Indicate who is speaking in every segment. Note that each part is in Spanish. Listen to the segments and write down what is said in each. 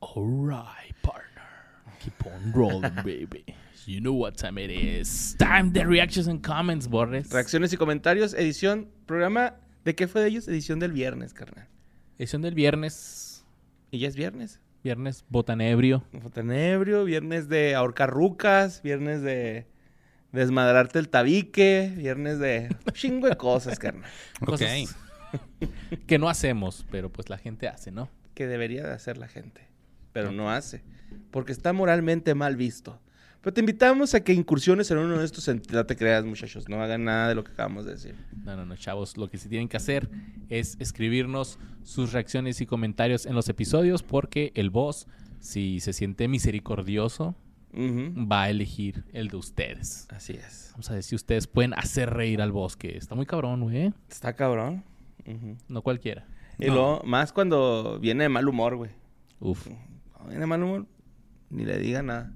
Speaker 1: Alright, partner. Keep on rolling, baby. You know what time it is. Time the reactions and comments, Borres.
Speaker 2: Reacciones y comentarios, edición, programa. ¿De qué fue de ellos? Edición del viernes, carnal.
Speaker 1: Edición del viernes.
Speaker 2: Y ya es viernes.
Speaker 1: Viernes botanebrio.
Speaker 2: Fotanebrio, viernes de ahorcar rucas, viernes de desmadrarte el tabique, viernes de un chingo de cosas, carnal.
Speaker 1: Cosas que no hacemos, pero pues la gente hace, ¿no?
Speaker 2: Que debería de hacer la gente, pero no hace, porque está moralmente mal visto. Pero te invitamos a que incursiones en uno de estos ent- No te creas, muchachos, no hagan nada de lo que acabamos de decir.
Speaker 1: No, no, no, chavos. Lo que sí tienen que hacer es escribirnos sus reacciones y comentarios en los episodios porque el boss, si se siente misericordioso,
Speaker 2: Ujú.
Speaker 1: va a elegir el de ustedes.
Speaker 2: Así es.
Speaker 1: Vamos a ver si ustedes pueden hacer reír al boss, que está muy cabrón, güey.
Speaker 2: Está cabrón. Ujú.
Speaker 1: No cualquiera.
Speaker 2: Y luego, más cuando viene de mal humor, güey.
Speaker 1: Uf.
Speaker 2: Cuando viene de mal humor, ni le diga nada.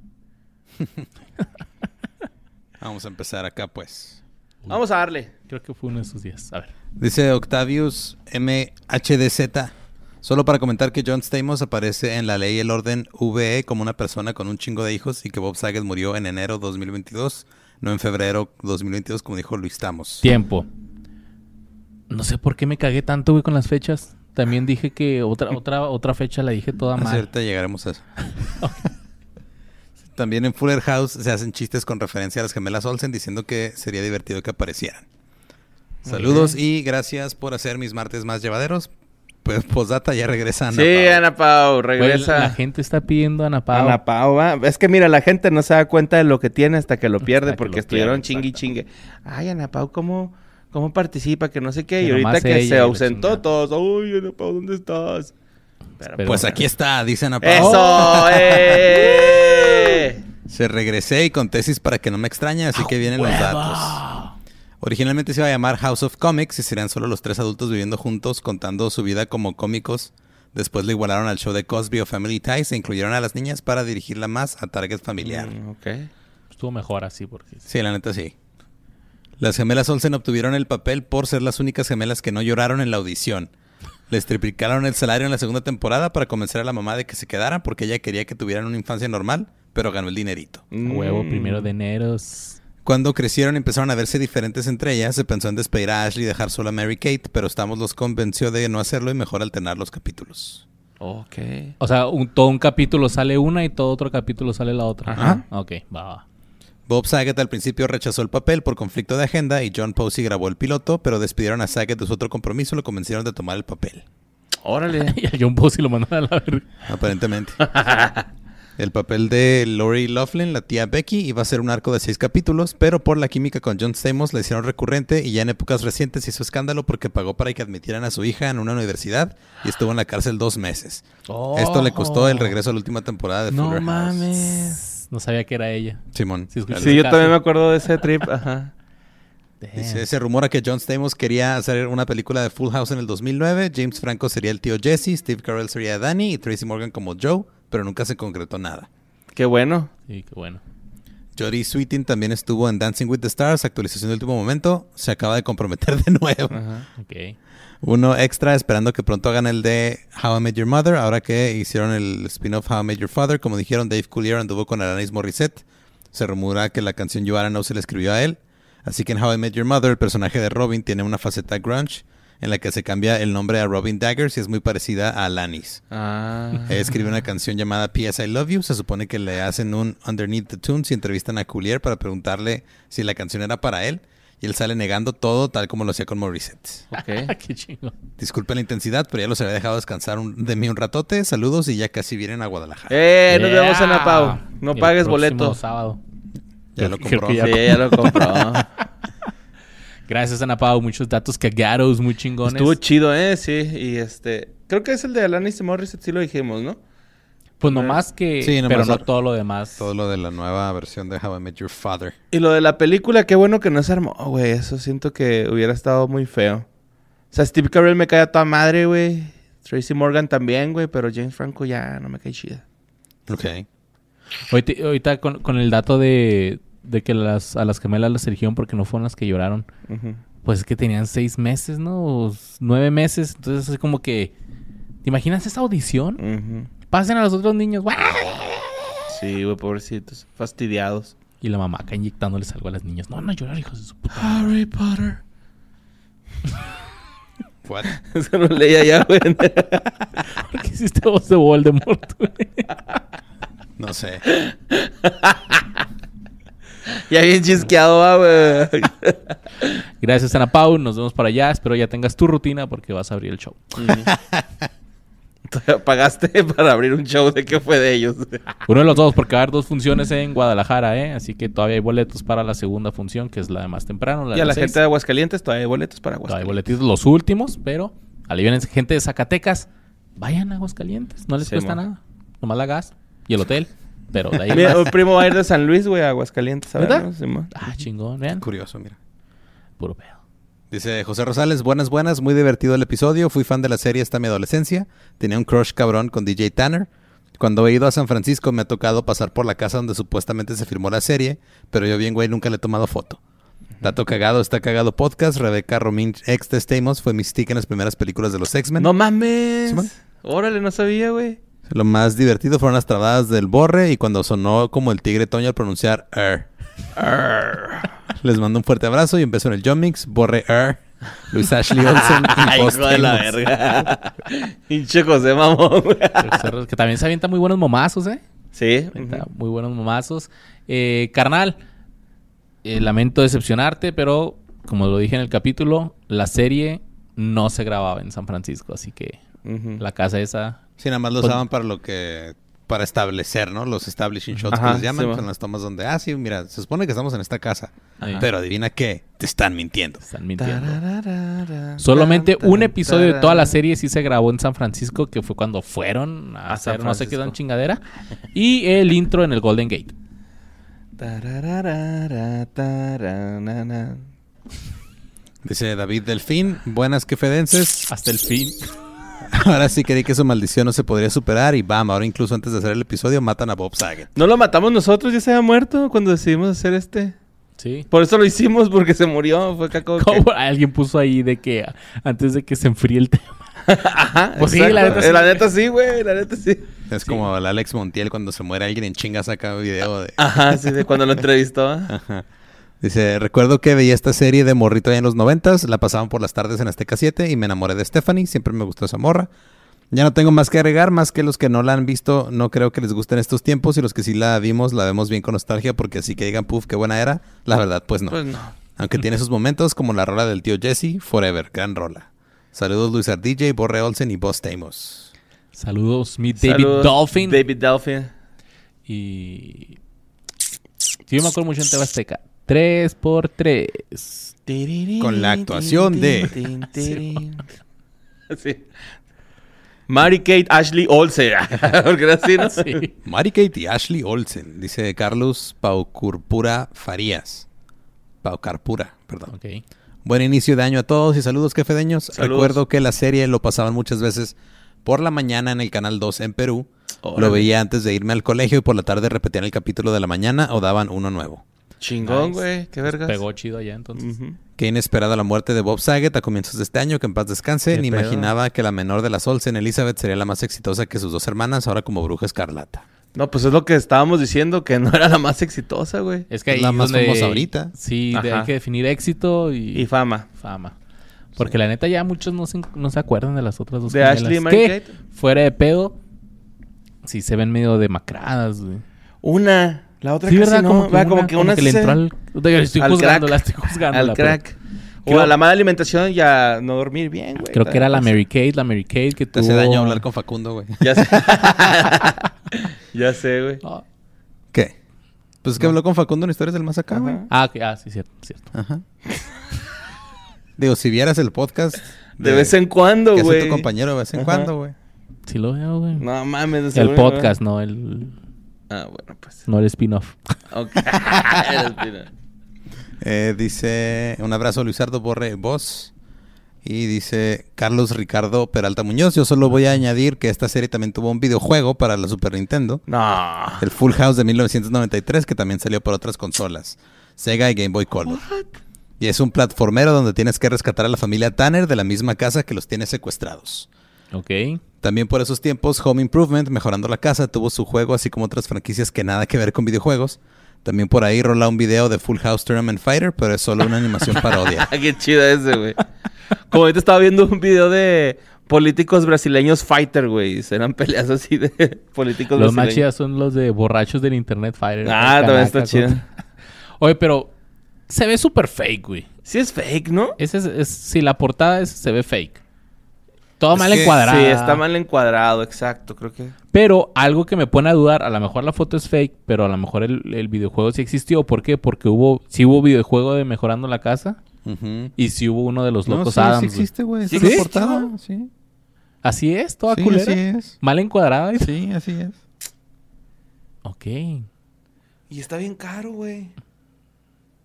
Speaker 3: Vamos a empezar acá, pues.
Speaker 1: Uy.
Speaker 2: Vamos a darle.
Speaker 1: Creo que fue uno de sus días. A ver.
Speaker 3: Dice Octavius MHDZ. Solo para comentar que John Stamos aparece en la ley y el orden VE como una persona con un chingo de hijos y que Bob Saget murió en enero 2022, no en febrero 2022, como dijo Luis Stamos.
Speaker 1: Tiempo. No sé por qué me cagué tanto, güey, con las fechas. También dije que otra, otra, otra fecha la dije toda
Speaker 3: Así,
Speaker 1: mal.
Speaker 3: ahorita Ah, llegaremos a eso. También en Fuller House se hacen chistes con referencia a las gemelas Olsen diciendo que sería divertido que aparecieran. Saludos y gracias por hacer mis martes más llevaderos. Pues posdata ya regresa Ana
Speaker 2: sí,
Speaker 3: Paola.
Speaker 2: Ana Pau,
Speaker 1: Güey,
Speaker 2: regresa.
Speaker 1: la gente está pidiendo a Ana Pau.
Speaker 2: Ana Pau, va. Es que mira, la gente no se da cuenta de lo que tiene hasta que lo pierde
Speaker 1: Hasta que
Speaker 2: porque
Speaker 1: lo
Speaker 2: estuvieron
Speaker 1: pierde,
Speaker 2: chingue y chingue. Ay, Ana Pau, ¿cómo, cómo participa? Que no sé qué.
Speaker 1: Que
Speaker 2: Y ahorita
Speaker 1: nomás
Speaker 2: que
Speaker 1: ella y
Speaker 2: se
Speaker 1: la
Speaker 2: ausentó
Speaker 1: chingada.
Speaker 2: todos. Ay, Ana Pau, ¿dónde estás? Pero,
Speaker 1: Pero-
Speaker 3: Pues aquí está, dice Ana
Speaker 2: ¡Eso!
Speaker 3: Paola.
Speaker 2: ¡Eh!
Speaker 3: Se regresé y con tesis para que no me extrañe, así que vienen los datos.
Speaker 1: Ah,
Speaker 3: Originalmente se iba a llamar House of Comics y serían solo los tres adultos viviendo juntos contando su vida como cómicos. Después lo igualaron al show de Cosby o Family Ties e incluyeron a las niñas para dirigirla más a target familiar.
Speaker 2: Mm, ok.
Speaker 1: Estuvo mejor así porque...
Speaker 3: Sí, la neta sí. Las gemelas Olsen obtuvieron el papel por ser las únicas gemelas que no lloraron en la audición. Les triplicaron el salario en la segunda temporada para convencer a la mamá de que se quedaran porque ella quería que tuvieran una infancia normal, pero ganó el dinerito.
Speaker 1: Huevo,
Speaker 2: Mm.
Speaker 1: primero de enero.
Speaker 3: Cuando crecieron y empezaron a verse diferentes entre ellas, se pensó en despedir a Ashley y dejar sola a Mary Kate, pero Stamos los convenció de no hacerlo y mejor alternar los capítulos.
Speaker 2: Ok.
Speaker 1: O sea, un- todo un capítulo sale una y todo otro capítulo sale la otra.
Speaker 2: Ajá.
Speaker 1: Ok, va, va.
Speaker 3: Bob Saget al principio rechazó el papel por conflicto de agenda y John Posey grabó el piloto, pero despidieron a Saget de su otro compromiso y lo convencieron de tomar el papel.
Speaker 2: Órale.
Speaker 1: Y a John Posey lo mandaron a la verga.
Speaker 3: Aparentemente. El papel de Lori Laughlin, la tía Becky, iba a ser un arco de seis capítulos, pero por la química con John Stamos la hicieron recurrente y ya en épocas recientes hizo escándalo porque pagó para que admitieran a su hija en una universidad y estuvo en la cárcel dos meses. Oh. Esto le costó el regreso a la última temporada de
Speaker 2: Oh. No
Speaker 3: Fuller House.
Speaker 2: mames.
Speaker 1: No sabía que era ella.
Speaker 3: Simón.
Speaker 1: Sí, escuché.
Speaker 2: Sí, yo también me acuerdo de ese trip. Ajá.
Speaker 3: Dice, se rumora que John Stamos quería hacer una película de Full House en el 2009, James Franco sería el tío Jesse, Steve Carell sería Danny y Tracy Morgan como Joe, pero nunca se concretó nada.
Speaker 2: Qué bueno.
Speaker 1: Sí, qué bueno.
Speaker 3: Jody Sweetin también estuvo en Dancing with the Stars, actualización de último momento, se acaba de comprometer de nuevo.
Speaker 2: Ajá.
Speaker 1: Ok.
Speaker 3: Uno extra esperando que pronto hagan el de How I Met Your Mother, ahora que hicieron el spin-off How I Met Your Father, como dijeron Dave Coulier anduvo con Alanis Morissette, se rumora que la canción You Are Now se le escribió a él, así que en How I Met Your Mother el personaje de Robin tiene una faceta grunge en la que se cambia el nombre a Robin Daggers y es muy parecida a Alanis.
Speaker 2: Ah.
Speaker 3: Ella escribe una canción llamada P.S. I Love You. Se supone que le hacen un Underneath the Tunes y entrevistan a Coulier para preguntarle si la canción era para él. Y él sale negando todo, tal como lo hacía con Morissette.
Speaker 2: Ok.
Speaker 1: qué chingo.
Speaker 3: Disculpen la intensidad, pero ya los había dejado descansar un- de mí un ratote.
Speaker 1: Eh,
Speaker 3: Saludos y ya casi vienen a Guadalajara.
Speaker 2: Eh, nos Eh, vemos, Ana Pau. No
Speaker 1: Y el
Speaker 2: pagues
Speaker 1: próximo
Speaker 2: boletos.
Speaker 1: sábado.
Speaker 3: Ya lo
Speaker 1: Creo
Speaker 3: compró.
Speaker 1: que ya-
Speaker 2: Sí, ya lo compró.
Speaker 1: Gracias, Ana Pau. Muchos datos cagados, muy chingones.
Speaker 2: Estuvo chido, ¿eh? Sí, y este... Creo que es el de Alanis Morissette, sí lo dijimos, ¿no?
Speaker 1: pues nomás que...
Speaker 3: Sí, nomás
Speaker 1: pero no
Speaker 3: otro.
Speaker 1: todo lo demás.
Speaker 3: Todo lo de la nueva versión de How I Met Your Father.
Speaker 2: Y lo de la película, qué bueno que no se armó, güey. Eso siento que hubiera estado muy feo. O sea, Steve Carell me cae a toda madre, güey. Tracy Morgan también, güey. Pero James Franco ya no me cae chida.
Speaker 3: Ok.
Speaker 1: Ahorita, ahorita con, con el dato de, de que las, a las gemelas las eligieron porque no fueron las que lloraron.
Speaker 2: Ujú.
Speaker 1: Pues es que tenían seis meses, ¿no? O s- nueve meses. Entonces es como que... ¿Te imaginas esa audición?
Speaker 2: Ujú.
Speaker 1: Pasen a los otros niños. ¡guau!
Speaker 2: Sí, güey, pobrecitos. Fastidiados.
Speaker 1: Y la mamá acá inyectándoles algo a las niñas. No, no llorar, hijos de su puta.
Speaker 2: Harry Potter.
Speaker 3: What?
Speaker 2: Eso no leía ya, güey.
Speaker 1: ¿Por qué hiciste voz de Voldemort? güey?
Speaker 3: No sé.
Speaker 2: ya bien chisqueado, va, güey.
Speaker 1: Gracias, Ana Pau. Nos vemos para allá. Espero ya tengas tu rutina porque vas a abrir el show.
Speaker 2: Todavía Pagaste para abrir un show de qué fue de ellos.
Speaker 1: Uno de los dos, porque va a haber dos funciones en Guadalajara, ¿eh? Así que todavía hay boletos para la segunda función, que es la de más temprano. La
Speaker 2: y a
Speaker 1: de
Speaker 2: la
Speaker 1: las
Speaker 2: gente
Speaker 1: seis.
Speaker 2: de Aguascalientes todavía hay boletos para
Speaker 1: Todavía hay
Speaker 2: Aguascalientes.
Speaker 1: boletitos los últimos, pero alivianense. Gente de Zacatecas, vayan a Aguascalientes. No les
Speaker 2: Sí,
Speaker 1: cuesta
Speaker 2: mo.
Speaker 1: nada. Nomás la gas y el hotel. Pero de ahí
Speaker 2: Mira, oh.
Speaker 1: más.
Speaker 2: un primo va a ir de San Luis, güey, a Aguascalientes. a
Speaker 1: ¿Verdad?
Speaker 2: vernos, Simón.
Speaker 1: Ah, chingón, vean.
Speaker 3: Curioso, mira.
Speaker 1: Puro pedo.
Speaker 3: Dice José Rosales, buenas, buenas, muy divertido el episodio, fui fan de la serie hasta mi adolescencia, tenía un crush cabrón con DJ Tanner. Cuando he ido a San Francisco me ha tocado pasar por la casa donde supuestamente se firmó la serie, pero yo bien, güey, nunca le he tomado foto. Dato cagado, está cagado podcast, Rebeca Romín, ex de Stamos, fue Mystique en las primeras películas de los X-Men.
Speaker 2: No mames.
Speaker 3: Simón.
Speaker 2: Órale, no sabía, güey.
Speaker 3: Lo más divertido fueron las trabadas del borre y cuando sonó como el tigre Toño al pronunciar er.
Speaker 2: Er.
Speaker 3: Les mando un fuerte abrazo y empezó en el Jomix, borre er. Luis Ashley Olsen.
Speaker 1: Ah,
Speaker 3: y
Speaker 1: pues
Speaker 3: Post Amos.
Speaker 2: verga. Hinche José mamón, güey.
Speaker 1: Que también se avienta muy buenos momazos, ¿eh?
Speaker 2: Sí.
Speaker 1: Neta, Muy buenos momazos. Eh, carnal, eh, lamento decepcionarte, pero como lo dije en el capítulo, la serie no se grababa en San Francisco, así que
Speaker 2: ujú, ujú.
Speaker 1: la casa esa...
Speaker 3: Sí, nada más lo
Speaker 1: Pues-
Speaker 3: usaban para lo que... Para establecer, ¿no? Los establishing shots
Speaker 2: Ajá,
Speaker 3: que les llaman.
Speaker 2: sí, va. Ah,
Speaker 3: son las tomas donde... Ah, sí, mira, se supone que estamos en esta casa.
Speaker 1: Ajá.
Speaker 3: Pero adivina qué. Te están mintiendo.
Speaker 1: Están mintiendo.
Speaker 2: Tararara,
Speaker 1: Solamente
Speaker 2: tan,
Speaker 1: un
Speaker 2: tan,
Speaker 1: episodio de toda la
Speaker 2: tarara.
Speaker 1: serie sí se grabó en San Francisco, que fue cuando fueron a,
Speaker 2: A San
Speaker 1: hacer no sé qué
Speaker 2: Francisco.
Speaker 1: tan chingadera. Y el intro en el Golden Gate.
Speaker 2: Tararara, taranana.
Speaker 3: Dice David Delfín. Buenas, que fedenses.
Speaker 1: Hasta el fin.
Speaker 3: Ahora sí creí que su maldición no se podría superar y bam, ahora incluso antes de hacer el episodio matan a Bob Saget.
Speaker 2: No lo matamos nosotros, ya se había muerto cuando decidimos hacer este.
Speaker 1: Sí.
Speaker 2: Por eso lo hicimos, porque se murió. Fue caco.
Speaker 1: ¿Cómo? Alguien puso ahí de que ah, antes de que se enfríe el tema.
Speaker 2: Ajá.
Speaker 1: Pues sí,
Speaker 2: exacto. Eh,
Speaker 1: la neta sí.
Speaker 2: La neta sí, güey. La neta sí.
Speaker 3: Es como el Alex Montiel cuando se muere alguien en chinga saca un video de...
Speaker 2: Ajá, sí, de cuando lo entrevistó.
Speaker 1: ¿eh?
Speaker 2: ah.
Speaker 3: Dice, recuerdo que veía esta serie de morrito allá en los noventas, la pasaban por las tardes en Azteca 7 y me enamoré de Stephanie, siempre me gustó esa morra. Ya no tengo más que agregar, más que los que no la han visto, no creo que les gusten estos tiempos y los que sí la vimos, la vemos bien con nostalgia porque así que digan, puf, qué buena era, la verdad, pues no.
Speaker 2: Pues no.
Speaker 3: Aunque tiene sus momentos como la rola del tío Jesse, Forever, gran rola. Saludos Luis Ardilla, Borre Olsen y Boss Tamos.
Speaker 1: Saludos, mi David
Speaker 2: Saludos,
Speaker 1: Dolphin.
Speaker 2: David Dolphin.
Speaker 1: Y. Sí, yo me acuerdo mucho en Teba Azteca. 3 por 3
Speaker 2: Con
Speaker 3: la actuación de-
Speaker 2: Sí. Mary Kate Ashley Olsen. Porque era así, ¿no?
Speaker 1: Sí.
Speaker 3: Mary Kate y Ashley Olsen, dice Carlos Paucurpura Farías. Paucarpura, perdón.
Speaker 1: Ok.
Speaker 3: Buen inicio de año a todos y saludos quefedeños.
Speaker 2: Saludos.
Speaker 3: Recuerdo que la serie lo pasaban muchas veces por la mañana en el Canal 2 en Perú.
Speaker 2: Órale.
Speaker 3: Lo veía antes de irme al colegio y por la tarde repetían el capítulo de la mañana o daban uno nuevo.
Speaker 2: Chingón,
Speaker 1: Nice.
Speaker 2: güey. Qué vergas.
Speaker 1: Pegó chido allá entonces.
Speaker 2: Ujú.
Speaker 3: Qué inesperada la muerte de Bob Saget a comienzos de este año, que en paz descanse.
Speaker 2: Qué
Speaker 3: Ni
Speaker 2: pedo.
Speaker 3: imaginaba que la menor de las Olsen, Elizabeth, sería la más exitosa que sus dos hermanas, ahora como bruja escarlata.
Speaker 2: No, pues es lo que estábamos diciendo, que no era la más exitosa, güey.
Speaker 1: Es que
Speaker 3: Es
Speaker 1: ahí
Speaker 3: la
Speaker 1: es
Speaker 3: más
Speaker 1: donde-
Speaker 3: famosa ahorita.
Speaker 1: Sí, de-
Speaker 2: Ajá.
Speaker 1: hay que definir éxito y,
Speaker 2: Y fama.
Speaker 1: fama. Porque la neta ya muchos no se, no se acuerdan de las otras dos
Speaker 2: De Ashley y
Speaker 1: gemelas,
Speaker 2: Mary
Speaker 1: que,
Speaker 2: Kate.
Speaker 1: Fuera de pedo, sí se ven medio demacradas, güey.
Speaker 2: Una. La otra
Speaker 1: Sí,
Speaker 2: casi
Speaker 1: ¿verdad?
Speaker 2: no.
Speaker 1: como, que
Speaker 2: Va,
Speaker 1: una, como que le
Speaker 2: sí se-
Speaker 1: entró al... Yo estoy
Speaker 2: al
Speaker 1: juzgando,
Speaker 2: crack.
Speaker 1: la estoy juzgando.
Speaker 2: al crack.
Speaker 1: Creo-
Speaker 2: O a la mala alimentación y a no dormir bien, güey.
Speaker 1: Creo que era la
Speaker 2: También
Speaker 1: Mary Kate, la Mary Kate que
Speaker 3: Te
Speaker 1: tuvo...
Speaker 3: hace daño hablar con Facundo, güey.
Speaker 2: pasa. Ya sé. ya sé, güey.
Speaker 1: Ah,
Speaker 3: ¿Qué? Pues es que habló con Facundo en Historias del Más Acá, güey.
Speaker 2: Ajá.
Speaker 1: Ah, ok, ah, sí, cierto, cierto.
Speaker 3: Ajá. Digo, si vieras el podcast.
Speaker 2: De vez en cuando,
Speaker 3: Que hace
Speaker 2: güey.
Speaker 3: tu compañero de vez en
Speaker 2: Ajá.
Speaker 3: cuando, güey.
Speaker 1: Sí lo veo, güey.
Speaker 2: No mames. de
Speaker 1: el
Speaker 2: seguro, güey.
Speaker 1: podcast, no el,
Speaker 2: Ah, bueno, pues.
Speaker 1: no el spin-off.
Speaker 2: Ok. Eres pino.
Speaker 3: Eh, dice, un abrazo a Luisardo Borre Vos. Y dice Carlos Ricardo Peralta Muñoz. Yo solo voy a añadir que esta serie también tuvo un videojuego para la Super Nintendo.
Speaker 2: no.
Speaker 3: El Full House de 1993, que también salió para otras consolas. Sega y Game Boy Color. Y es un platformero donde tienes que rescatar a la familia Tanner de la misma casa que los tiene secuestrados.
Speaker 1: Ok.
Speaker 3: También por esos tiempos, Home Improvement, mejorando la casa, tuvo su juego, así como otras franquicias que nada que ver con videojuegos. También por ahí rola un video de Full House Tournament Fighter, pero es solo una animación parodia.
Speaker 2: Ah, qué chido ese, güey. Como ahorita estaba viendo un video de políticos brasileños fighter, güey. y Eran peleas así de políticos
Speaker 1: Los más
Speaker 2: brasileños.
Speaker 1: chidas son los de borrachos del internet fighter.
Speaker 2: ¿eh? Ah, también está
Speaker 1: Caracas,
Speaker 2: chido.
Speaker 1: otra. Oye, pero se ve súper fake, güey.
Speaker 2: Sí es fake, ¿no?
Speaker 1: Ese es, es- si la portada es- se ve fake. Todo
Speaker 3: Es
Speaker 1: mal
Speaker 3: que-
Speaker 1: encuadrada.
Speaker 2: Sí, está mal encuadrado, exacto, creo que.
Speaker 1: Pero algo que me pone a dudar, a lo mejor la foto es fake, pero a lo mejor el, el videojuego sí existió. ¿Por qué? Porque hubo, sí hubo videojuego de Mejorando la Casa
Speaker 3: Ujú.
Speaker 1: y sí hubo uno de los
Speaker 3: No,
Speaker 1: locos
Speaker 3: sí,
Speaker 1: Adams.
Speaker 3: sí
Speaker 1: güey.
Speaker 3: existe, güey.
Speaker 2: ¿Sí
Speaker 3: Está en la
Speaker 2: existe,
Speaker 3: portada,
Speaker 2: güey?
Speaker 3: sí.
Speaker 1: Así es, toda
Speaker 3: Sí,
Speaker 1: culera.
Speaker 3: así es.
Speaker 1: Mal encuadrada. y-
Speaker 3: Sí, así es.
Speaker 1: Ok.
Speaker 2: Y está bien caro, güey.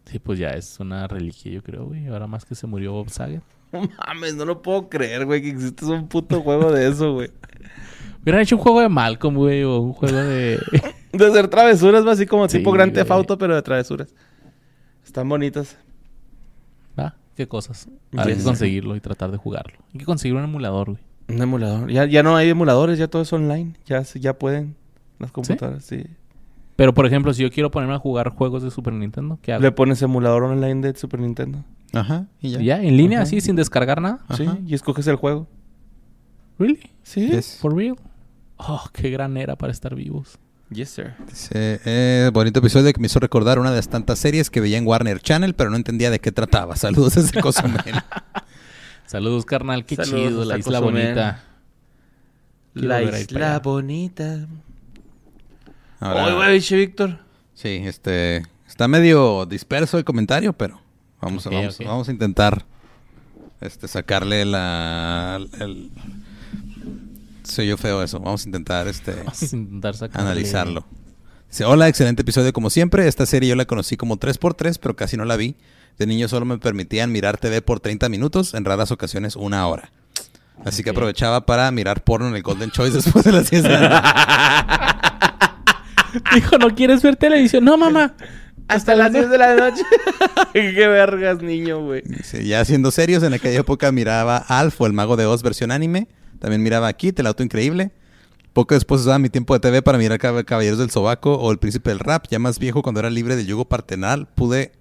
Speaker 1: Sí, pues ya es una reliquia, yo creo, güey. Ahora más que se murió Bob Saget.
Speaker 2: No mames, no lo puedo creer, güey, que existe un puto juego de eso, güey.
Speaker 1: Hubieran hecho un juego de Malcolm, güey, o un juego de...
Speaker 2: De hacer travesuras, va así como
Speaker 1: Sí,
Speaker 2: tipo Gran Theft
Speaker 1: güey.
Speaker 2: Auto, pero de travesuras. Están bonitas.
Speaker 1: ¿Va? Ah, ¿Qué cosas? Hay
Speaker 2: Yes.
Speaker 1: que conseguirlo y tratar de jugarlo. Hay que conseguir un emulador, güey.
Speaker 2: Un emulador. Ya, ya no hay emuladores, ya todo es online. Ya, se- ya pueden las computadoras, sí.
Speaker 1: Pero, por ejemplo, si yo quiero ponerme a jugar juegos de Super Nintendo, ¿qué hago?
Speaker 2: Le pones emulador online de Super Nintendo.
Speaker 3: Ajá, y ya.
Speaker 1: ¿Ya? ¿En línea?
Speaker 2: Ajá.
Speaker 1: ¿Así? ¿Sin descargar nada?
Speaker 3: Ajá.
Speaker 2: Sí, y escoges el juego.
Speaker 1: ¿Really?
Speaker 2: Sí.
Speaker 3: Yes.
Speaker 1: ¿For real? Oh, qué gran era para estar vivos.
Speaker 2: Yes, sir.
Speaker 3: Dice, eh, bonito episodio que me hizo recordar una de las tantas series que veía en Warner Channel, pero no entendía de qué trataba. Saludos desde Cozumel.
Speaker 1: Saludos, carnal. Qué
Speaker 2: Saludos
Speaker 1: chido, la
Speaker 2: hasta
Speaker 1: isla
Speaker 2: Cozumel.
Speaker 1: bonita. Quiero
Speaker 2: La
Speaker 1: volver a ir para
Speaker 2: isla
Speaker 1: allá.
Speaker 2: bonita.
Speaker 3: Ahora-
Speaker 2: Oye, güey, che, Víctor.
Speaker 3: sí, este está medio disperso el comentario, pero vamos, a-
Speaker 1: Ok,
Speaker 3: vamos,
Speaker 1: ok.
Speaker 3: vamos a intentar este, sacarle la el, soy yo feo eso. Vamos a intentar este
Speaker 1: Vamos a intentar sacarle-
Speaker 3: analizarlo. Dice, hola, excelente episodio como siempre. Esta serie yo la conocí como 3x3, pero casi no la vi. De niño solo me permitían mirar TV por 30 minutos, en raras ocasiones una hora. Así que
Speaker 1: Ok.
Speaker 3: aprovechaba para mirar porno en el Golden Choice después de las 10 de la noche.
Speaker 1: Hijo, ¿no quieres ver televisión? No, mamá.
Speaker 2: Hasta las 10 de la noche. Qué vergas, niño, güey.
Speaker 3: Dice, ya siendo serios, en aquella época miraba Alf o El Mago de Oz versión anime. También miraba Kit, El Auto Increíble. Poco después usaba mi tiempo de TV para mirar Cab- Caballeros del Sobaco o El Príncipe del Rap. Ya más viejo, cuando era libre del yugo partenal, pude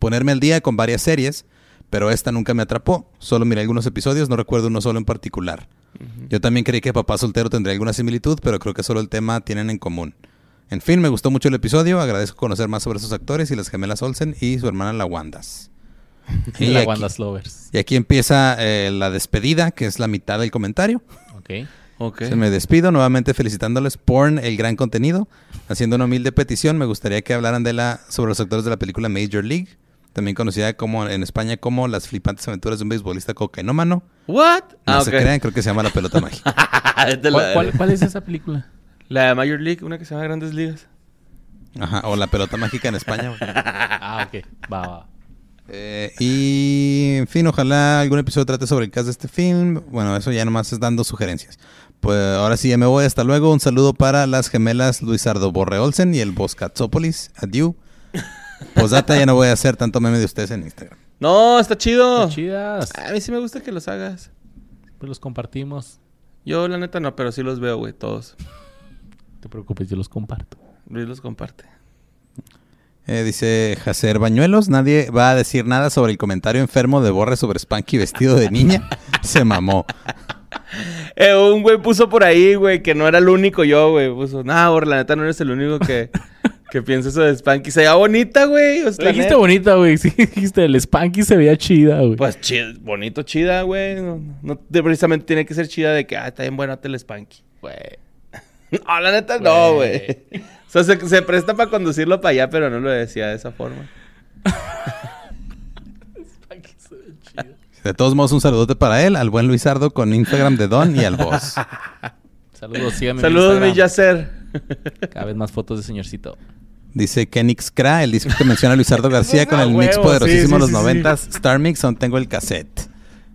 Speaker 3: ponerme al día con varias series, pero esta nunca me atrapó. Solo miré algunos episodios, no recuerdo uno solo en particular. Yo también creí que Papá Soltero tendría alguna similitud, pero creo que solo el tema tienen en común. En fin, me gustó mucho el episodio. Agradezco conocer más sobre sus actores y las gemelas Olsen y su hermana La Wandas. Y
Speaker 1: la
Speaker 3: aquí-
Speaker 1: Wanda Slovers.
Speaker 3: y aquí empieza eh, la despedida, que es la mitad del comentario.
Speaker 1: Ok.
Speaker 2: Ok.
Speaker 3: Se me despido nuevamente felicitándoles por el gran contenido. Haciendo una humilde petición, me gustaría que hablaran de la sobre los actores de la película Major League, también conocida como en España como Las flipantes aventuras de un beisbolista cocainómano.
Speaker 2: What?
Speaker 3: No
Speaker 2: ah,
Speaker 3: se
Speaker 2: ok.
Speaker 3: crean, creo que se llama La pelota mágica.
Speaker 2: Vete la,
Speaker 1: ¿Cuál, cuál- cuál es esa película?
Speaker 2: la de Major League, una que se llama Grandes Ligas.
Speaker 3: Ajá, o La pelota mágica en España. güey.
Speaker 1: Ah, ok. Va, va.
Speaker 3: Eh, y, en fin, ojalá algún episodio trate sobre el caso de este film. Bueno, eso ya nomás es dando sugerencias. Pues ahora sí, ya me voy. Hasta luego. Un saludo para las gemelas Luisardo Borre Olsen y el Boscatzópolis. Adiós. Posdata, ya no voy a hacer tanto meme de ustedes en Instagram.
Speaker 2: No, está chido.
Speaker 1: Qué chidas.
Speaker 2: A mí sí me gusta que los hagas.
Speaker 1: Pues los compartimos.
Speaker 2: Yo, la neta, no, pero sí los veo, güey, todos.
Speaker 1: No te preocupes, yo los comparto.
Speaker 2: Luis los comparte.
Speaker 3: Eh, dice Jacer Bañuelos, nadie va a decir nada sobre el comentario enfermo de Borre sobre Spanky vestido de niña. Se mamó.
Speaker 2: Eh, un güey puso por ahí, güey, que no era el único yo, güey. Puso, nah, güey, la neta no eres el único que, que piensa eso de Spanky. Se veía bonita, güey. O sea,
Speaker 1: Lo dijiste
Speaker 2: neta.
Speaker 1: bonita, güey. Sí, dijiste, el Spanky se veía chida, güey.
Speaker 2: Pues chi- bonito, chida, güey. No, no- no precisamente tiene que ser chida de que, ah, está bien buena el Spanky.
Speaker 1: Güey.
Speaker 2: No, la neta no,
Speaker 1: Güey.
Speaker 2: güey. O sea, se, se presta para conducirlo para allá, pero no lo decía de esa forma.
Speaker 3: De todos modos, un saludote para él, al buen Luisardo con Instagram de Don y al boss.
Speaker 1: Saludos, síganme. en
Speaker 2: Saludos, mi
Speaker 1: Instagram.
Speaker 2: Yacer.
Speaker 1: Cada vez más fotos de señorcito.
Speaker 3: Dice Kenix Kra, el disco que menciona Luisardo García con
Speaker 2: Ah,
Speaker 3: el mix
Speaker 2: huevo,
Speaker 3: poderosísimo de
Speaker 2: sí,
Speaker 3: los
Speaker 2: sí, sí, sí.
Speaker 3: noventas, Star Mix, aún tengo el cassette.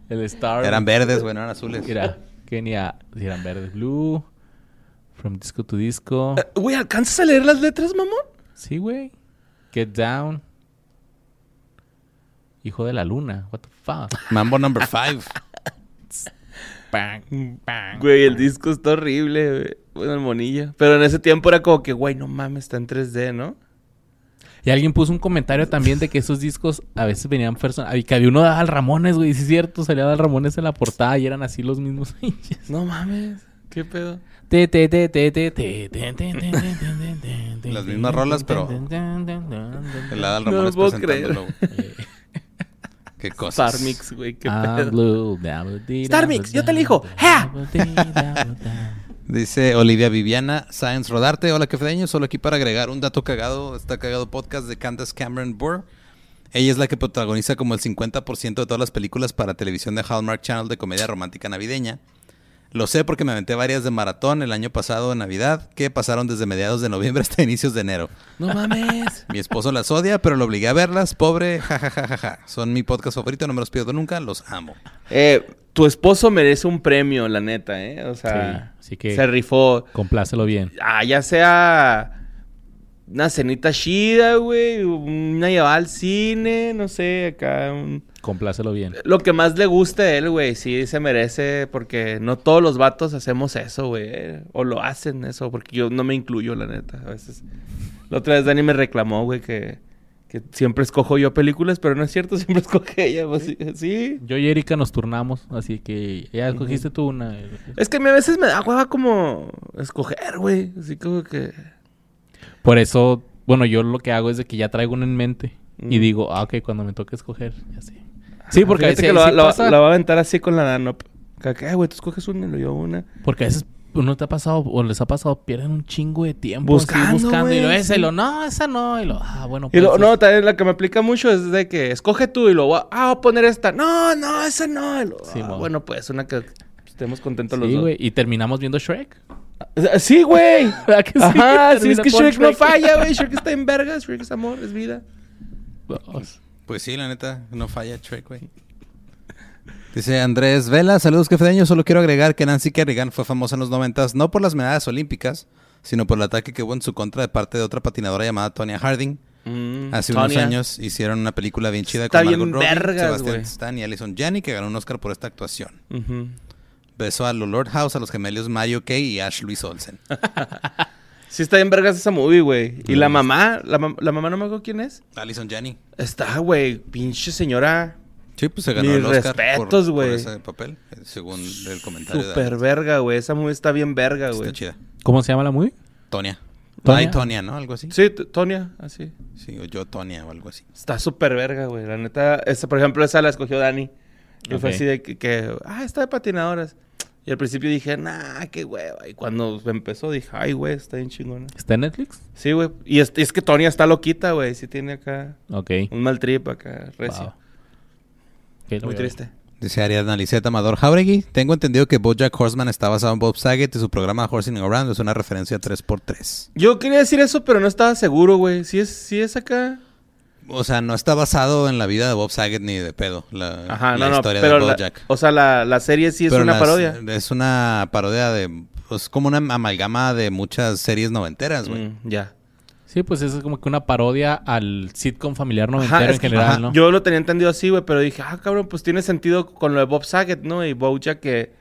Speaker 1: El Star.
Speaker 3: Eran verdes, bueno, eran azules.
Speaker 1: Mira, Kenia. Eran verdes. Blue. From disco to disco.
Speaker 2: Eh, Güey, ¿alcanzas a leer las letras, mamón?
Speaker 1: Sí, güey. Get down. Hijo de la luna. What the fuck.
Speaker 3: Mambo number five.
Speaker 1: Bang, bang.
Speaker 2: Güey, el disco está horrible, güey. Bueno, el monillo. Pero en ese tiempo era como que, güey, no mames, está en 3D, ¿no?
Speaker 1: Y alguien puso un comentario también de que esos discos a veces venían personas. Y que había uno de Adal Ramones, güey. Sí, es cierto. Salía Adal Ramones en la portada y eran así los mismos pinches.
Speaker 2: No mames. ¿Qué pedo?
Speaker 1: Te, te, te, te, te, te, te, te, te, te, te, te,
Speaker 3: Las mismas rolas, pero- El Adal
Speaker 2: No lo
Speaker 3: Ramones
Speaker 2: puedo
Speaker 3: presentándolo, güey. Qué cosas.
Speaker 2: Star Mix, güey, qué
Speaker 1: I'm
Speaker 2: pedo.
Speaker 1: Ah, blue, double D,
Speaker 2: Star
Speaker 1: double
Speaker 2: Mix,
Speaker 1: D,
Speaker 2: yo te elijo.
Speaker 1: double
Speaker 2: ¡Ja!
Speaker 1: D, double D.
Speaker 3: Dice Olivia Viviana, Science Rodarte. Hola, cafedeño. Solo aquí para agregar un dato cagado. Está cagado podcast de Candace Cameron Burr. Ella es la que protagoniza como el 50% de todas las películas para televisión de Hallmark Channel de comedia romántica navideña. Lo sé porque me aventé varias de maratón el año pasado en Navidad, que pasaron desde mediados de noviembre hasta inicios de enero.
Speaker 1: No mames.
Speaker 3: Mi esposo las odia, pero lo obligué a verlas. Pobre, jajajajaja. Son mi podcast favorito, no me los pierdo nunca, los amo.
Speaker 2: Eh, tu esposo merece un premio, la neta, ¿eh? O sea,
Speaker 1: Sí, así que-
Speaker 2: se rifó.
Speaker 1: Complácelo bien.
Speaker 2: Ah, ya sea una cenita chida, güey, una llevada al cine, no sé, acá un-
Speaker 1: Complácelo bien.
Speaker 2: Lo que más le guste a él, güey, sí se merece, porque no todos los vatos hacemos eso, güey, eh, o lo hacen eso, porque yo no me incluyo, la neta, a veces. La otra vez Dani me reclamó, güey, que, que siempre escojo yo películas, pero no es cierto, siempre escoge ella, pues, sí, sí.
Speaker 1: Yo y Erika nos turnamos, así que ya escogiste tú una.
Speaker 2: Es que a mí a veces me da hueva como escoger, güey, así como que...
Speaker 1: Por eso, bueno, yo lo que hago es de que ya traigo una en mente y
Speaker 2: Mm.
Speaker 1: digo, ah, ok, cuando me toque escoger, ya sé. Sí, porque a
Speaker 2: Ah, Fíjate
Speaker 1: veces,
Speaker 2: que lo,
Speaker 1: sí
Speaker 2: lo-
Speaker 1: pasa-
Speaker 2: lo va a aventar así con la nanop. Acá, que, "Eh, güey, tú escoges una y lo llevo una.
Speaker 1: porque a veces uno te ha pasado o les ha pasado, pierden un chingo de tiempo así,
Speaker 2: Buscando,
Speaker 1: y lo
Speaker 2: güey,
Speaker 1: ese, y
Speaker 2: sí.
Speaker 1: lo no, esa no, y lo ah, bueno,
Speaker 2: Y
Speaker 1: pues,
Speaker 2: lo,
Speaker 1: es-
Speaker 2: no, también la que me aplica mucho es de que escoge tú y lo voy a, ah, voy a poner esta. No, no, esa no. Y lo,
Speaker 1: Sí,
Speaker 2: "Ah,
Speaker 1: mo.
Speaker 2: bueno, pues una que estemos contentos los
Speaker 1: sí,
Speaker 2: dos.
Speaker 1: güey, y terminamos viendo Shrek.
Speaker 2: Ah, Sí, güey.
Speaker 1: ¿Verdad que sí?
Speaker 2: Ajá, sí, es
Speaker 1: Termina
Speaker 2: que
Speaker 1: con
Speaker 2: Shrek no
Speaker 1: Shrek.
Speaker 2: falla, güey. Shrek está en vergas, Shrek es amor, es vida.
Speaker 1: Vamos.
Speaker 3: Pues sí, la neta, no falla Trek, güey. Dice Andrés Vela, saludos cafedeño, solo quiero agregar que Nancy Kerrigan fue famosa en los noventas, no por las medallas olímpicas, sino por el ataque que hubo en su contra de parte de otra patinadora llamada Tonya Harding.
Speaker 1: Mm,
Speaker 3: Hace unos
Speaker 2: Mm, Tonya.
Speaker 3: años hicieron una película bien chida
Speaker 2: Está
Speaker 3: con
Speaker 2: bien
Speaker 3: Margot Robbie,
Speaker 2: vergas,
Speaker 3: Sebastián
Speaker 2: güey.
Speaker 3: Stan y Alison Janney, que ganó un Oscar por esta actuación.
Speaker 2: Ujú.
Speaker 3: Besó a Lord House, a los gemelos Mayo Kay y Ash Luis Olsen.
Speaker 2: Sí, está en vergas esa movie, güey.
Speaker 1: Mm.
Speaker 2: Y la mamá, la, mam- la mamá no me acuerdo quién es.
Speaker 3: Alison Janney.
Speaker 2: Está, güey, pinche señora.
Speaker 3: Sí, pues se ganó
Speaker 2: Mis
Speaker 3: el Oscar por-
Speaker 2: respetos,
Speaker 3: por,
Speaker 2: güey.
Speaker 3: ese papel, según el comentario de
Speaker 2: Super
Speaker 3: Alex.
Speaker 2: verga, güey. Esa movie está bien verga,
Speaker 3: Está
Speaker 2: güey.
Speaker 3: chida.
Speaker 1: ¿Cómo se llama la movie?
Speaker 3: Tonia.
Speaker 1: ¿Tonia?
Speaker 3: Ay, Tonia, ¿no? Algo así.
Speaker 2: Sí, T- Tonia, así.
Speaker 3: Sí, o yo Tonia o algo así.
Speaker 2: Está súper verga, güey. La neta, esa, por ejemplo, esa la escogió Dani. Y fue
Speaker 1: Ok.
Speaker 2: así de que, que, ah, está de patinadoras. Y al principio dije, nah, qué hueva. Y cuando empezó dije, ay, güey, está bien chingona.
Speaker 1: ¿Está en Netflix?
Speaker 2: Sí, güey. Y es, es que Tonia está loquita, güey. Sí tiene acá
Speaker 1: Ok.
Speaker 2: un mal trip acá, recio.
Speaker 1: Wow. Ok, lo voy
Speaker 2: Muy
Speaker 1: a ver.
Speaker 2: triste.
Speaker 3: Dice Ariadna Lisette Amador Jauregui. Tengo entendido que Bojack Horseman está basado en Bob Saget y su programa Horsing Around es una referencia 3x3.
Speaker 2: Yo quería decir eso, pero no estaba seguro, güey. Si es, si es acá.
Speaker 3: O sea, no está basado en la vida de Bob Saget ni de pedo. La,
Speaker 2: Ajá,
Speaker 3: la
Speaker 2: no, no.
Speaker 3: historia
Speaker 2: Pero
Speaker 3: de
Speaker 2: la-
Speaker 3: Bojack.
Speaker 2: o sea, la, la serie sí es
Speaker 3: Pero
Speaker 2: una
Speaker 3: las-
Speaker 2: parodia.
Speaker 3: Es una parodia de. Es como una amalgama de muchas series noventeras, güey.
Speaker 2: Mm, ya.
Speaker 1: Sí, pues eso es como que una parodia al sitcom familiar
Speaker 2: Ajá,
Speaker 1: noventero
Speaker 2: es
Speaker 1: en
Speaker 2: que-
Speaker 1: general,
Speaker 3: ajá,
Speaker 1: ¿no?
Speaker 2: Yo lo tenía entendido así, güey, pero dije, ah, cabrón, pues tiene sentido con lo de Bob Saget, ¿no? Y Bojack que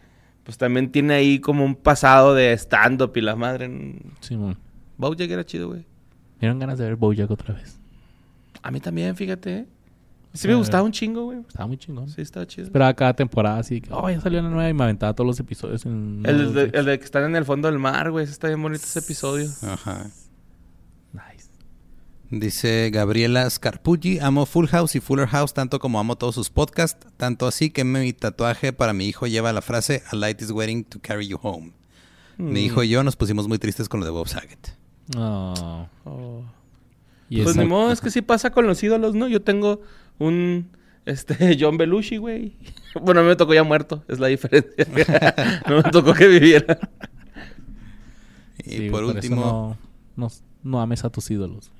Speaker 2: pues también tiene ahí como un pasado de stand-up y la madre. mm,
Speaker 1: Simón.
Speaker 2: Bojack era chido, güey.
Speaker 1: Me dieron ganas de ver Bojack otra vez.
Speaker 2: A mí también, fíjate. ¿eh? Sí
Speaker 1: A
Speaker 2: me
Speaker 1: ver.
Speaker 2: gustaba un chingo, güey.
Speaker 1: Estaba muy chingón.
Speaker 2: Sí, estaba chido.
Speaker 1: Esperaba cada temporada así. que, Oh, ya salió una nueva y me aventaba todos los episodios. En
Speaker 2: El de,
Speaker 1: uno, dos,
Speaker 2: el de que están en el fondo del mar, güey. ese Está bien bonito ese episodio.
Speaker 3: Ajá.
Speaker 1: Nice.
Speaker 3: Dice Gabriela Scarpuggi, amo Full House y Fuller House tanto como amo todos sus podcasts, tanto así que mi tatuaje para mi hijo lleva la frase A light is waiting to carry you home. Mi hijo y yo nos pusimos muy tristes con lo de Bob Saget.
Speaker 1: Oh.
Speaker 2: Oh.
Speaker 1: Y
Speaker 2: pues
Speaker 1: esa-
Speaker 2: ni modo, es que sí pasa con los ídolos, ¿no? Yo tengo un este John Belushi, güey. Bueno, a mí me tocó ya muerto, es la diferencia. no me tocó que viviera.
Speaker 3: Y
Speaker 1: sí,
Speaker 3: por
Speaker 1: güey, eso
Speaker 3: último,
Speaker 1: No, no, no ames a tus ídolos.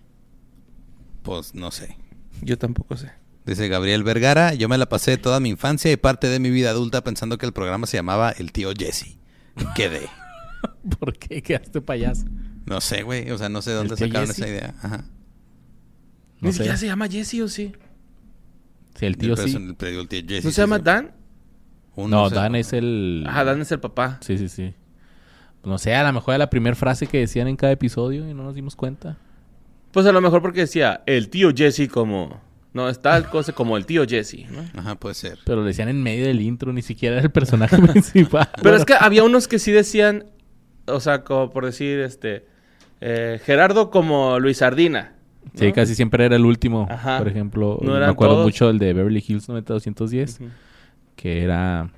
Speaker 3: pues no sé.
Speaker 2: Yo tampoco sé.
Speaker 3: Dice Gabriel Vergara, yo me la pasé toda mi infancia y parte de mi vida adulta pensando que el programa se llamaba El tío Jesse. Quedé.
Speaker 1: ¿Por qué quedaste payaso?
Speaker 3: No sé, güey. O sea, no sé dónde
Speaker 1: ¿El tío
Speaker 3: sacaron
Speaker 1: Jesse?
Speaker 3: esa idea. Ajá.
Speaker 1: No
Speaker 2: Ni
Speaker 1: sé.
Speaker 2: siquiera se llama Jesse o sí.
Speaker 1: Si el tío
Speaker 3: Pero es
Speaker 1: sí.
Speaker 3: un- pero el tío Jesse
Speaker 2: ¿No
Speaker 3: sí
Speaker 2: se llama
Speaker 3: es-
Speaker 2: Dan?
Speaker 3: un-
Speaker 1: No,
Speaker 3: sé.
Speaker 1: Dan es el...
Speaker 2: Ajá, Dan es el papá.
Speaker 1: Sí, sí, sí. No sé, a lo mejor era la primera frase que decían en cada episodio y no nos dimos cuenta.
Speaker 2: Pues a lo mejor porque decía el tío Jesse como. No, es tal cosa como el tío Jesse, ¿no?
Speaker 3: Ajá, puede ser.
Speaker 1: Pero lo decían en medio del intro, ni siquiera era el personaje principal.
Speaker 2: Pero es que había unos que sí decían, o sea, como por decir, este, eh, Gerardo como Luis Sardina.
Speaker 1: Sí,
Speaker 2: ¿no?
Speaker 1: casi siempre era el último.
Speaker 2: Ajá.
Speaker 1: Por ejemplo,
Speaker 2: No
Speaker 1: me
Speaker 2: eran
Speaker 1: acuerdo
Speaker 2: todos.
Speaker 1: mucho del de Beverly Hills 90210,
Speaker 2: Ujú.
Speaker 1: que era...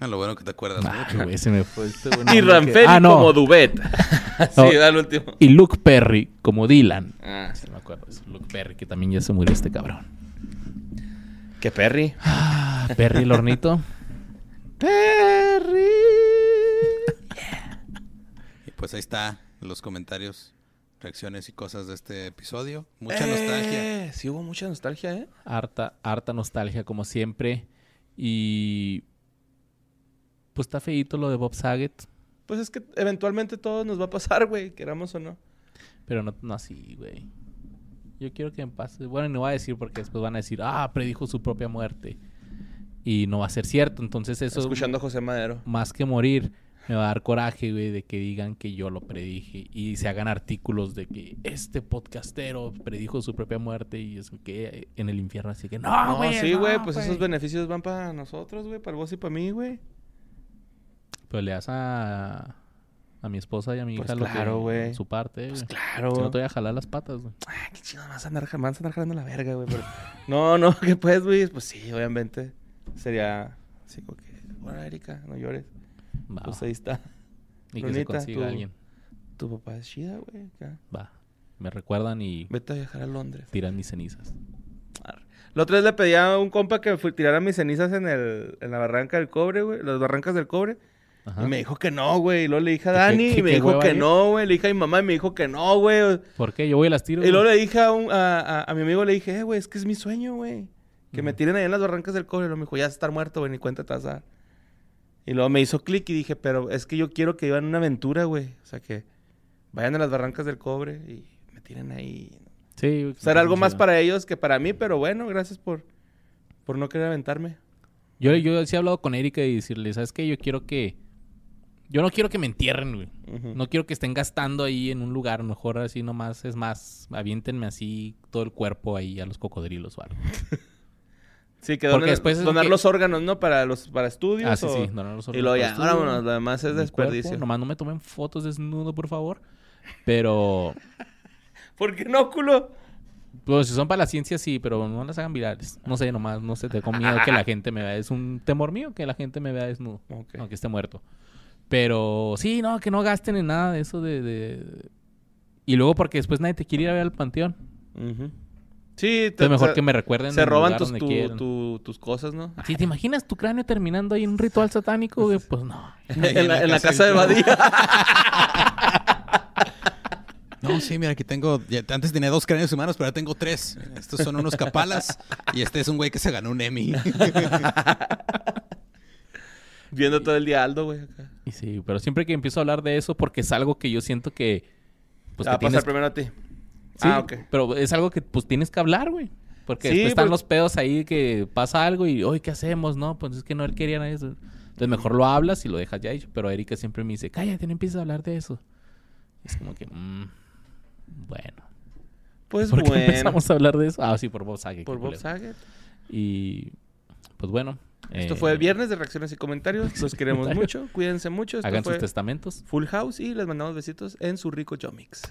Speaker 3: Ah, lo bueno que te acuerdas
Speaker 1: Ah,
Speaker 3: mucho.
Speaker 1: güey, se me fue este buen
Speaker 2: Y
Speaker 1: nombre que-
Speaker 2: Ranferi
Speaker 1: Ah, no.
Speaker 2: como Dubet. sí,
Speaker 1: No.
Speaker 2: era el último.
Speaker 1: Y Luke Perry como Dylan.
Speaker 2: Ah,
Speaker 1: Sí, me acuerdo. Es Luke Perry, que también ya se murió este cabrón.
Speaker 2: que Perry.
Speaker 1: Ah, Perry el hornito.
Speaker 2: Perry.
Speaker 3: Y pues ahí está los comentarios, reacciones y cosas de este episodio. Mucha
Speaker 2: Eh,
Speaker 3: nostalgia.
Speaker 2: Sí, hubo mucha nostalgia, ¿eh?
Speaker 1: harta, harta nostalgia como siempre. Y pues está feíto lo de Bob Saget,
Speaker 2: Pues es que eventualmente todo nos va a pasar, güey, queramos o no.
Speaker 1: pero no, no así, güey. Yo quiero que me pase. Bueno, no voy a decir porque después van a decir, ah, predijo su propia muerte. Y no va a ser cierto. Entonces eso,
Speaker 2: Escuchando a José Madero.
Speaker 1: más que morir, me va a dar coraje, güey, de que digan que yo lo predije. Y se hagan artículos de que este podcastero predijo su propia muerte y eso que eh, en el infierno. Así que no,
Speaker 2: No,
Speaker 1: güey.
Speaker 2: sí, güey,
Speaker 1: no,
Speaker 2: pues esos beneficios van para nosotros, güey, para vos y para mí, güey.
Speaker 1: Pero le das a, a mi esposa y a mi
Speaker 2: Pues
Speaker 1: hija lo que-
Speaker 2: claro, güey.
Speaker 1: su parte, güey.
Speaker 2: Claro.
Speaker 1: Si no te voy a jalar las patas, güey.
Speaker 2: Ah, qué chido, me vas a andar, me vas a andar jalando la verga, güey. pero- No, no, que pues, güey. Pues sí, obviamente. Sería así como que, bueno, Erika, no llores.
Speaker 1: Va,
Speaker 2: Pues
Speaker 1: va.
Speaker 2: ahí está.
Speaker 1: y que se
Speaker 2: Lunita,
Speaker 1: consiga
Speaker 2: tú.
Speaker 1: alguien.
Speaker 2: Tu papá es chida, güey. acá.
Speaker 1: Va. Me recuerdan y
Speaker 2: Vete a viajar a Londres.
Speaker 1: tiran mis cenizas.
Speaker 2: Arre. La otra vez le pedí a un compa que fu- tirara mis cenizas en, el, en la barranca del cobre, güey. Las barrancas del cobre.
Speaker 1: Ajá.
Speaker 2: Y me dijo que no, güey. Y luego le dije a
Speaker 1: ¿Qué-
Speaker 2: Dani
Speaker 1: qué-
Speaker 2: y me
Speaker 1: qué
Speaker 2: dijo
Speaker 1: hueva
Speaker 2: que
Speaker 1: ir?
Speaker 2: no, güey. Le dije a mi mamá y me dijo que no, güey.
Speaker 1: ¿Por qué? Yo voy y las tiro.
Speaker 2: Y luego
Speaker 1: güey.
Speaker 2: le dije a, un- a, a- a mi amigo, le dije, eh, güey, es que es mi sueño, güey. Que me
Speaker 1: Ujú.
Speaker 2: tiren ahí en las barrancas del cobre. Y luego me dijo, ya vas a estar muerto, güey, ni cuenta te vas a dar". Y luego me hizo clic y dije, pero es que yo quiero que vivan una aventura, güey. O sea, que vayan a las barrancas del cobre y me tiren ahí.
Speaker 1: Sí, güey,
Speaker 2: O sea, era algo
Speaker 1: sí,
Speaker 2: más
Speaker 1: va.
Speaker 2: para ellos que para mí, pero bueno, gracias por, por no querer aventarme.
Speaker 1: Yo, yo sí he hablado con Erika y decirle, ¿sabes qué? Yo quiero que... Yo no quiero que me entierren, güey.
Speaker 2: Ujú.
Speaker 1: No quiero que estén gastando ahí en un lugar. Mejor así nomás, es más, aviéntenme así todo el cuerpo ahí a los cocodrilos o algo.
Speaker 2: Sí, que
Speaker 1: Porque
Speaker 2: donen-
Speaker 1: después es
Speaker 2: donar
Speaker 1: que-
Speaker 2: los órganos, ¿no? Para los para estudios.
Speaker 1: Ah, sí,
Speaker 2: o-
Speaker 1: sí. donar los
Speaker 2: Y luego
Speaker 1: órganos
Speaker 2: ya,
Speaker 1: para estudio.
Speaker 2: vámonos, lo demás es
Speaker 1: mi cuerpo.
Speaker 2: Este desperdicio.
Speaker 1: Nomás no me tomen fotos desnudo, por favor. Pero,
Speaker 2: ¿Por qué no, culo?
Speaker 1: pues si son para la ciencia, sí, pero no las hagan virales. No sé, nomás, no sé, tengo miedo que la gente me vea. Es un temor mío que la gente me vea desnudo,
Speaker 2: Ok.
Speaker 1: aunque esté muerto. Pero sí, no, que no gasten en nada de eso de... de- Y luego porque después nadie te quiere ir a ver al panteón.
Speaker 2: Ujú. Sí, te-
Speaker 1: Entonces mejor
Speaker 2: se-
Speaker 1: que me recuerden
Speaker 2: Se
Speaker 1: en el
Speaker 2: roban
Speaker 1: lugar
Speaker 2: tus,
Speaker 1: donde
Speaker 2: tu-
Speaker 1: quieran.
Speaker 2: tu- tus cosas, ¿no?
Speaker 1: Sí, ¿te imaginas tu cráneo terminando ahí en un ritual satánico? güey? Pues no.
Speaker 3: Ahí
Speaker 2: en, la, en la casa de
Speaker 3: del
Speaker 2: Badía.
Speaker 3: No, sí, mira, aquí tengo. ya- antes tenía dos cráneos humanos, pero ahora tengo tres. Mira, Estos son unos capalas y este es un güey que se ganó un Emmy.
Speaker 2: Viendo todo el día Aldo, güey. acá.
Speaker 1: Y sí, pero siempre que empiezo a hablar de eso, porque es algo que yo siento que... Pues
Speaker 2: La va
Speaker 1: que
Speaker 2: a
Speaker 1: tienes
Speaker 2: pasar primero a ti.
Speaker 1: Sí,
Speaker 2: ah, ok.
Speaker 1: Pero es algo que pues tienes que hablar, güey. Porque
Speaker 2: Sí, pues.
Speaker 1: después están
Speaker 2: porque-
Speaker 1: los pedos ahí que pasa algo y, oye, ¿qué hacemos? No, pues es que no él quería nada de eso. Entonces mejor lo hablas y lo dejas ya hecho. Pero Erika siempre me dice, cállate, no empieces a hablar de eso. Es como que, mm, bueno.
Speaker 2: Pues
Speaker 1: ¿Por qué
Speaker 2: bueno.
Speaker 1: empezamos a hablar de eso? Ah, sí, por Bob Saget.
Speaker 2: Por
Speaker 1: qué
Speaker 2: Bob
Speaker 1: culero.
Speaker 2: Saget.
Speaker 1: Y, pues bueno.
Speaker 2: Esto
Speaker 1: eh,
Speaker 2: fue Viernes de Reacciones y Comentarios. Los queremos
Speaker 1: comentarios.
Speaker 2: mucho. Cuídense mucho. Esto
Speaker 1: Hagan sus
Speaker 2: fue
Speaker 1: testamentos.
Speaker 2: Full House y les mandamos besitos en su rico Jomix.